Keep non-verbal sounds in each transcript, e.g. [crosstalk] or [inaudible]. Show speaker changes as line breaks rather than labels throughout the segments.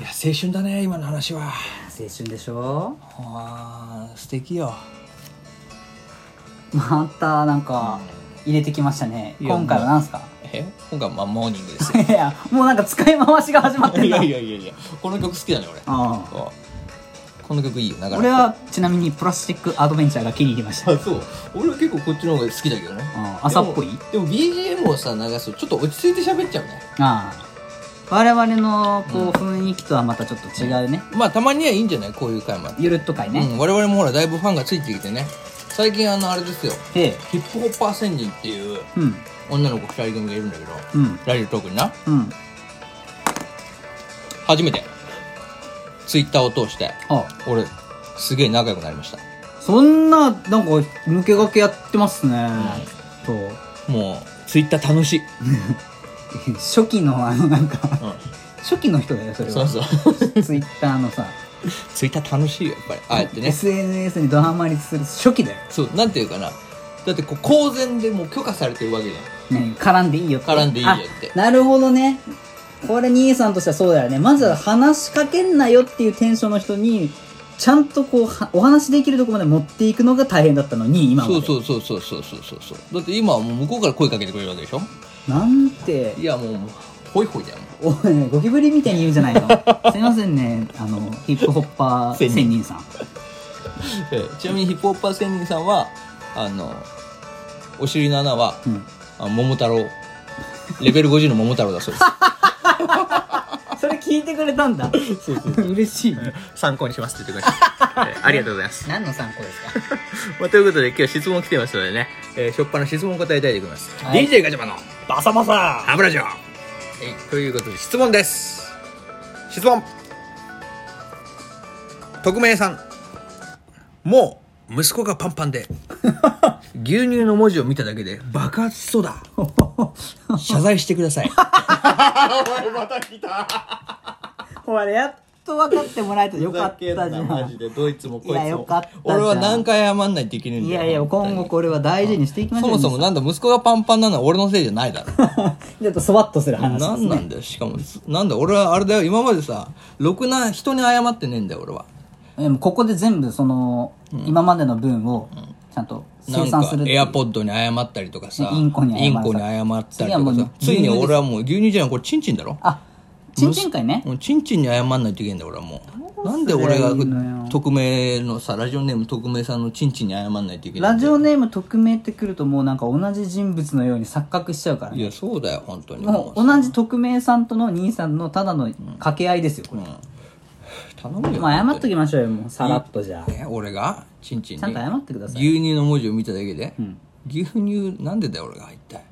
青春だね今の話は
青春でしょ
あー素敵よ
またなんか入れてきましたね
いや
今回は何すか [laughs]
え今回まあモーニングですよ
いやもうなんか使い回しが始まっ
[laughs]
て
い
んだ
やいやいやいやこの曲好きだね俺
あ
こうこの曲いいよだから
俺はちなみにプラスチックアドベンチャーが気に入りました
あそう俺は結構こっちの方が好きだけどね
あ朝っぽい
でもでも BGM をさ流すとちょっと落ち着いて喋っちゃうね
ああ我々のこう雰囲気とはまたちょっと違うね
まあたまにはいいんじゃないこういう回もあって
ゆるっと会ね
うん、我々もほらだいぶファンがついてきてね最近あのあれですよ
で
ヒップホッパー仙人っていう
うん
女の子2人組がいるんだけど
うん
ラジオトークにな
うん
初めてツイッターを通して
あ
俺すげえ仲良くなりました
そんななんか抜け駆けやってますねと
もうツイッター楽しい、
初期のあのなんか
う
初期の人だよそれ
ん、
は
そう [laughs] そう
ツイッターのさ
ツイッター楽しいよやっぱりああやってね
SNS にドハマりする初期だよ、
そうなんていうかなだってこう公然でもう許可されてるわけじゃん
ね、絡んでいいよって
絡んでいいよって
あなるほどねこれ兄さんとしてはそうだよねまずは話しかけんなよっていうテンションの人にちゃんとこうはお話しできるところまで持っていくのが大変だったのに今まで
そうそうそうそうそうそうそうそうだって今はもう向こうから声かけてくれるわけでしょ
なんて
いやもうホイホイだよも
おいねゴキブリみたいに言うんじゃな
[laughs]
いのすいませんねあのヒップホッパー
仙人
仙人さん
うええちなみにヒップホッパー仙人さんはあのお尻の穴は
うん
あ桃太郎レベル50の桃太郎だそうです
それ聞いてくれたんだ嬉しいね
[laughs] 参考にしますって言ってください、ええありがとうございます
何の参考ですか
まあ、ということで今日質問来てますのでね、えー、しょっぱな質問を答えたいと思います、
はい
DJ ガチャマンの
バサバサ
油じゃんということで質問です
質問
匿名さんもう息子がパンパン
[laughs]
で牛乳の文字を見ただけで爆発しそう
[laughs]
だ謝罪してください [laughs]
ほらやっと分かってもらえたよかったじゃ
マ
ん
ジでどいつもこいつも
いやよかったじゃん
俺は何回謝んないといけないん
い
だよ
やいや
本当に
今後これは大事にしていきまし
そ
ょう
もそもなんだ息子がパンパンなのは俺のせいじゃないだろ
[laughs] ちょっとそわっとする話です
何なんだよしかもなんだ俺はあれだよ今までさろくな人に謝ってねえんだよ俺は
でもここで全部その、今までの分をちゃんと
な
生
ん
産す
か
るってい
エ
う
アポッドに謝ったりとかさ
インコに謝る
インコに謝ったり
次は
と
も
か
う
さついに
牛乳です
俺はもう牛乳じゃないこれチンチンだろ
あちんちん会ね
もうチンチンに謝んないといけないんだよ俺はもうなんで俺が
いいのよ
匿名のさラジオネーム匿名さんのチンチンに謝んないといけない
ラジオネーム匿名ってくるともうなんか同じ人物のように錯覚しちゃうから
い
ね
やそうだよ本当に
もう
う
同じ匿名さんとの兄さんのただの掛け合いですよこれ、
頼むよ
まあ謝っと
き
きましょうよもうさらっとじゃあ、
俺がチンチンに
ちゃんと謝ってください
牛乳の文字を見ただけで、牛乳なんでだよ俺が一体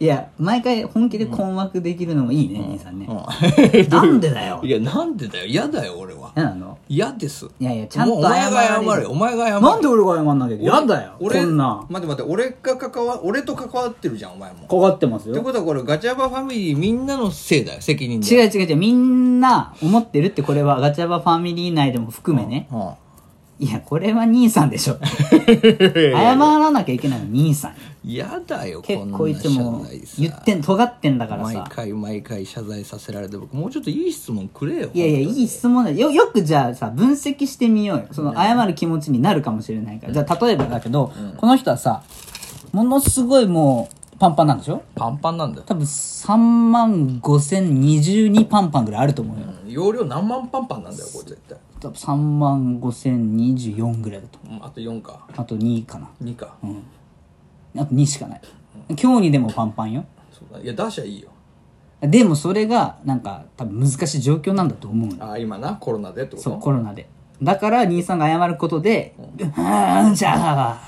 いや毎回本気で困惑できるのもいいね、兄さんね、
うん
なんでだよ
[laughs] いやなんでだよ嫌だよ俺は
嫌なの
嫌です
いやいやちゃんと
お前が謝
謝れ
れよお前が謝れ
なんで俺が謝んなきゃいけないやだよ
俺
こんな
待って待って俺が関わ俺と関わってるじゃんお前も
かかってます
って
よ
ことはこれガチャバファミリーみんなのせいだよ責任
違う
で違う、
違う違うみんな思ってるってこれはガチャバファミリー内でも含めね、 [laughs]
はい
やこれは兄さんでしょ謝らなきゃいけないの兄さん
い、嫌だよ
結
こ
構
ん
い
な
つも
謝罪さ
言ってん尖ってんだから
毎
さ
回毎回謝罪させられて僕もうちょっといい質問くれよ
いやいやいい質問だよよよくじゃあさ分析してみようよその謝る気持ちになるかもしれないからじゃあ例えばだけど、この人はさものすごいもうパンパンなんでしょ
パンパンなんだよ
多分3万5022パンパンぐらいあると思うよ、
容量何万パンパンなんだよこれ絶対、
多分3万5024ぐらいだと思
うんあと4か
うあと2かな
2か、
あと2しかない今日にでもパンパンよ
そうだいや出しゃいいよ
でもそれがなんか多分難しい状況なんだと思うの
あ今なコロナでってこと
そうコロナでだから兄さんが謝ることで「ああじゃあ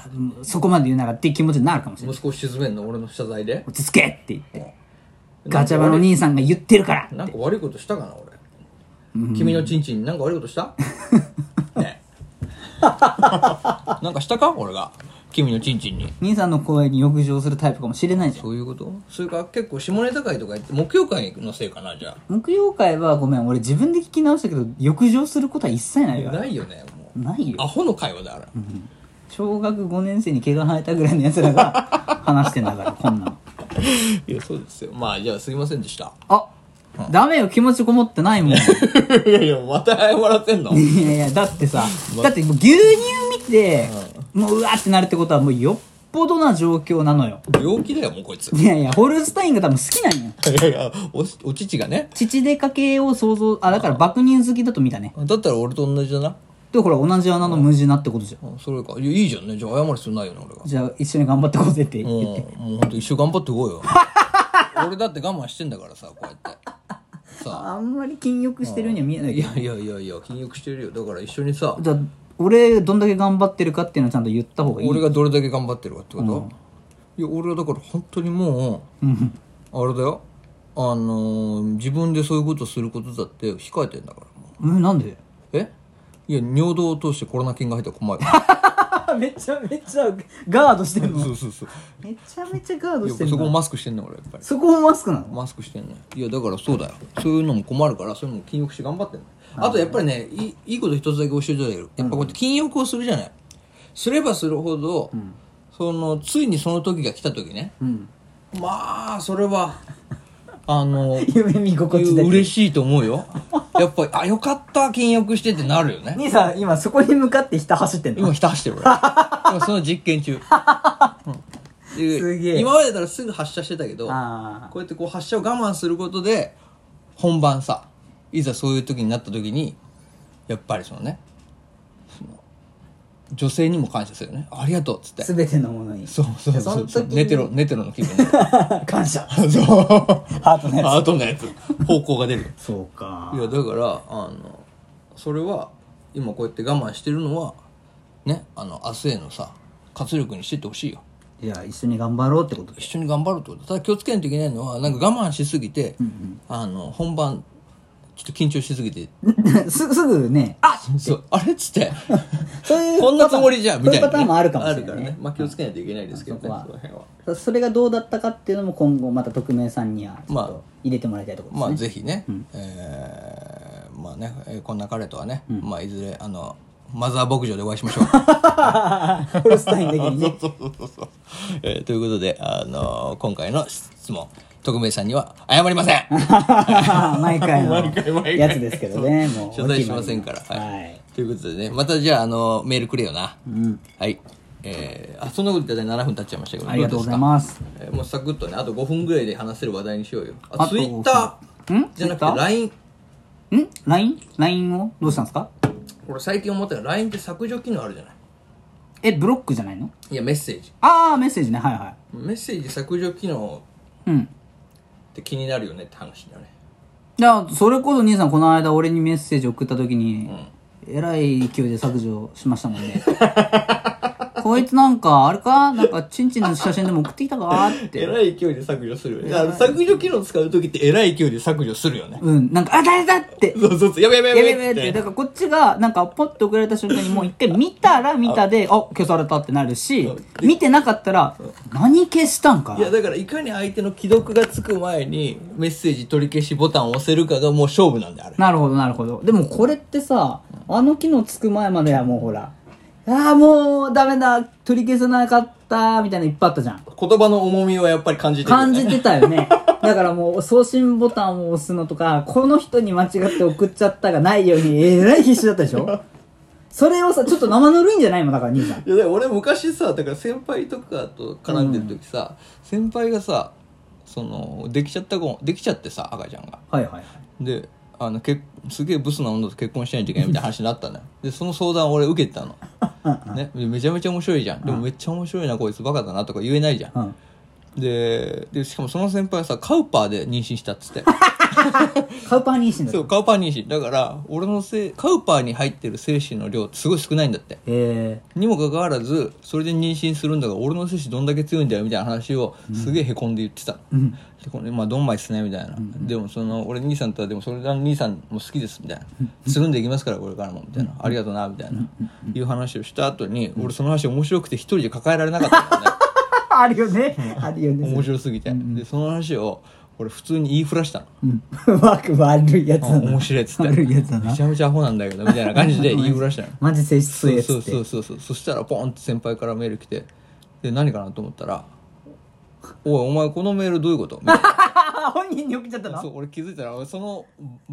そこまで言うなら」っていう気持ちになるかもしれない
息子を沈めんの俺の謝罪で
落ち着けって言ってガチャバの兄さんが言ってるから
なんか悪いことしたかな俺君のチンチンになんか悪いことした
[laughs]
ねえなんかしたか俺が君のチンチンに
兄さんの声に浴場するタイプかもしれないじゃん
そういうことそれから結構下ネタ会とかやって目標会のせいかなじゃ
木曜会はごめん俺自分で聞き直したけど浴場することは一切ない
あ
よ
ないよねもう
ないよ
アホの会話だから、
小学5年生に毛が生えたぐらいのやつらが話してんだからこんなの
いやそうですよまあじゃあすいませんでした [laughs]
あダメよ、気持ちこもってないもん。い
いやいや、また謝らせんの
やいや、だってさ、だってもう牛乳見て、もううわーってなるってことはもうよっぽどな状況なのよ。
病気だよ、もうこいつ。い
いやいや、ホルスタインが多分好きなんよ。
やいや、おし、お乳がね。
父出かけを想像、あ、だから爆乳好きだと見たね。
だったら俺と同じだな。
で、ほら、同じ穴の無地なってことじゃん。
うんそれか。いや、いいじゃんね。じゃあ謝る必要ないよね、俺が。
じゃあ、一緒に頑張ってこうぜって言って。
もう、もうほんと一生頑張ってい
[laughs]
こうよ。俺だって我慢してんだからさ、こうやって。さ
あんまり禁欲してるようには見えない
い
け
や
ど。
いやいやいや、禁欲してるよ。だから一緒にさ、
じゃあ、俺、どんだけ頑張ってるかっていうのをちゃんと言った方がいい。
俺がどれだけ頑張ってるかってこと、いや、俺はだから本当にも
うん。
う、あれだよ。あのー自分でそういうことすることだって控えてんだから。もう
うん、なんで
えいや、尿道を通してコロナ菌が入ったら困
[laughs]
る。
[laughs] めちゃめちゃガードしてるの。
そうそうそう。
めちゃめちゃガード
い
して
や
る
そこも
の。
マスクしてんね俺やっぱり。
そこもマスクなの [laughs]
マスクしてんねいやだからそうだよそういうのも困るからそういうのも禁欲して頑張ってんのあとやっぱりねいいいいこと一つだけ教えていただけるやっぱこうやって禁欲をするじゃないすればするほど、そのついにその時が来た時ね
うん。
まあそれ
[laughs]
はあの
夢見心地だけ。
嬉しいと思うよやっぱりあよかった禁欲してってなるよね
兄さん、今そこに向かって下走ってんの
今下
[laughs]
走ってる俺今その実験中、うんです
げえ
今までだったらすぐ発射してたけど
あ
こうやってこう発射を我慢することで本番さいざそういう時になった時にやっぱりそのねその女性にも感謝するよねありがとうっつって
あ。すべてのものに。
そうそうそうそう
その時に
寝てろ寝てろの気分そ
[laughs] 感謝。
う [laughs]
ハートのやつ
ハートのやつ方向が出るよ
そうか
い。やだからあのそれは今こうやって我慢してるのはねあの明日へのさ活力にしてってほしいよ
いや、一緒に頑張ろうってことで
一
し
緒に頑張るってことただ気をつけないといけないのはなんか我慢しすぎて、あの本番ちょっと緊張しすぎて
[laughs] ょ。す、すぐね、あ
そうあれっつって
[laughs] そうい
[laughs]
う。
こんなつもりじゃんみたいなね、
そういうパターンもあるかもしれ
あ
な
る
い
か
ね
らね、まあ、気をつけないといけないですけどね
そこは
の辺は
それがどうだったかっていうのも今後また匿名さんにはちょっ
まあ
と入れてもらいたいところですね、
まあぜひね、えーまあね、えーこんな彼とはね、まあいずれあのマザー牧場でお会いしましょう
[laughs] ホルスタイン的にね
[laughs] そうそうそうそう、 [laughs] えーということで、あの今回の質問匿名さんには謝りませ
[laughs]
ん
毎回
毎回毎
の
回
やつですけどねもう
謝罪しませんから、
はい、
はい、ということでねまたじゃああのメールくれよな、はいえー、あそんなこと言ったら7分経っちゃいましたけど
ありがとうござい
す
ます
か、えーもうサクッとねあと5分ぐらいで話せる話題にしようよあ
あと
ツイッター
ん
じゃなく
Twitter？
て LINE
ん ?LINE?LINE をどうしたんですか
これ最近思ったけど LINE って削除機能あるじゃない
えブロックじゃないの
いやメッセージ
ああメッセージねはいは
メッセージ削除機能
いうん
って気になるよねって話だよね
じゃあそれこそ兄さんこの間俺にメッセージ送った時に、えらい勢いで削除しましたもんね [laughs] こいつなんかあれかなんかチンチンの写真でも送ってきたかって
えらい勢いで削除するよねだから削除機能使う時ってえらい勢いで削除するよね
うんなんかあ誰だって
そうそうそうやべやべやべ
やべ
やべ
やべ
やべ
やべ
や
ってだからこっちがなんかポッて送られた瞬間にもう一回見たら見たであ消されたってなるし見てなかったら何消したんか
いやだからいかに相手の既読がつく前にメッセージ取り消しボタンを押せるかがもう勝負なんだよあれ
なるほどなるほどでもこれってさあの機能つく前まではもうほらああもうダメだ取り消せなかったみたいなのいっぱいあった [laughs] じゃん
言葉の重みをやっぱり感じてるよね
感じてたよねだからもう送信ボタンを押すのとかこの人に間違って送っちゃったがないようにえらい必死だったでしょそれをさちょっと生ぬるいんじゃないもんだから兄さん
いやだから俺昔さだから先輩とかと絡んでる時さ、先輩がさそのできちゃった子できちゃってさ赤ちゃんが
はいはいはい
であのけすげえブスな女と結婚しないといけないみたいな話になったのよでその相談を俺受けてたの、ね、でめちゃめちゃ面白いじゃんでもめっちゃ面白いなこいつバカだなとか言えないじゃん
うん
ででしかもその先輩はさカウパーで妊娠したっつって
カウパー妊娠だ
そうカウパー妊娠だから俺のせいカウパーに入ってる精子の量ってすごい少ないんだって
え
にもかかわらずそれで妊娠するんだから俺の精子どんだけ強いんだよみたいな話をすげえへこんで言ってたの、でこれまあどんまいっすねみたいな、でもその俺兄さんとはでもそれなりに兄さんも好きですみたいなつるんでいきますからこれからもみたいな、ありがとうなみたいな、いう話をした後に俺その話面白くて一人で抱えられなかったんだよね
ー、あるよねあるよね
面白すぎて、でその話を俺普通に言いふらしたの
うまく悪いやつだな
面白いっつって
悪いやつだ
め
な
ちゃめちゃアホなんだけどみたいな感じで言いふらしたの
マジ性質
そ
強いうやつ
そう
って
そうそうそうそしたらポンって先輩からメール来てで何かなと思ったら「おいお前このメールどういうこと?」みたいな
本人に起きちゃった [laughs] の
そう俺気づいたらその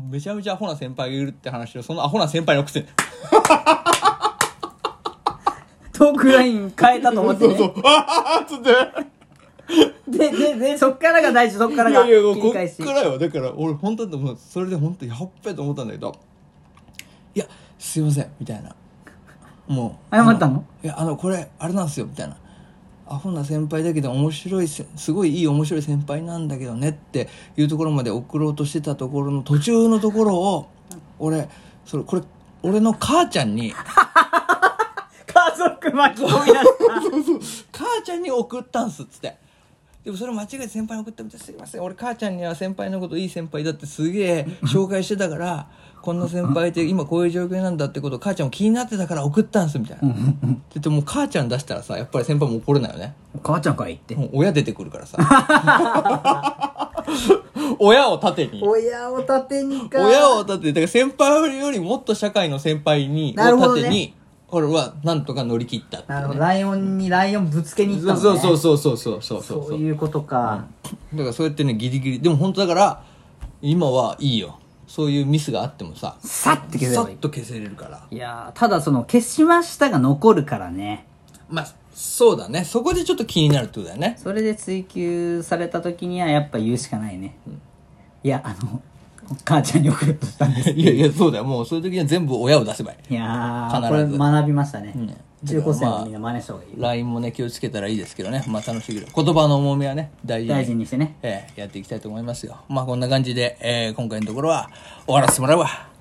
めちゃめちゃアホな先輩がいるって話をそのアホな先輩のくせ
[laughs]
に
トークライン変えたと思って、ね。
うああつって
で、で、で、そっからが大事、そっから
い
が
やいや
切
こ
り
っ
返し。
からよだから俺本当にもうそれで本当やっべえと思ったんだけど「いやすいません」みたいなもう
謝ったの
あいやあのこれあれなんですよみたいなアホな先輩だけど面白いせすごいいい面白い先輩なんだけどねっていうところまで送ろうとしてたところの途中のところを俺それこれ俺の母ちゃんに
家族巻き込みだった。
母ちゃんに送ったんすっつってでもそれ間違えて先輩に送ったみたいすいません俺母ちゃんには先輩のこといい先輩だってすげ
[laughs]
え紹介してたからこんな先輩って今こういう状況なんだってことを母ちゃんも気になってたから送ったんすみたいな
[laughs]
って言ってもう母ちゃん出したらさやっぱり先輩も怒れないよね
母ちゃんかいって。
もう親出てくる
[laughs]
からさ親を盾に
親を盾にか。
親を盾にだから先輩よりもっと社会の先輩に
なる
を
ほどね
盾に俺はなんとか乗り切ったっていう
なるほど、
ね
ライオンにライオンぶつけに行ったのね。
そうそうそうそうそうそうそう
そういうことか。
だからそうやってねギリギリでも本当だから今はいいよそういうミスがあってもさ
さって消せ
さ
ばい
っ
い。
と消せれるから
いやーただその、消しましたが残るからね。
まあそうだねそこでちょっと気になるってことだよね [laughs]
それで追求された時にはやっぱ言うしかないね。いや、あの、母ちゃんに送るとしたんです。
いやいやそうだよもうそういう時には全部親を出せばいい
いやー、こ
必
れ
ず
学びましたね。中高生
まあ
のみんな真似した方がいい。
LINE もね気をつけたらいいですけどねまあ楽しいけど言葉の重みはね大事に
大事にしてね。
ええやっていきたいと思いますよまあこんな感じで、えー今回のところは終わらせてもらうわ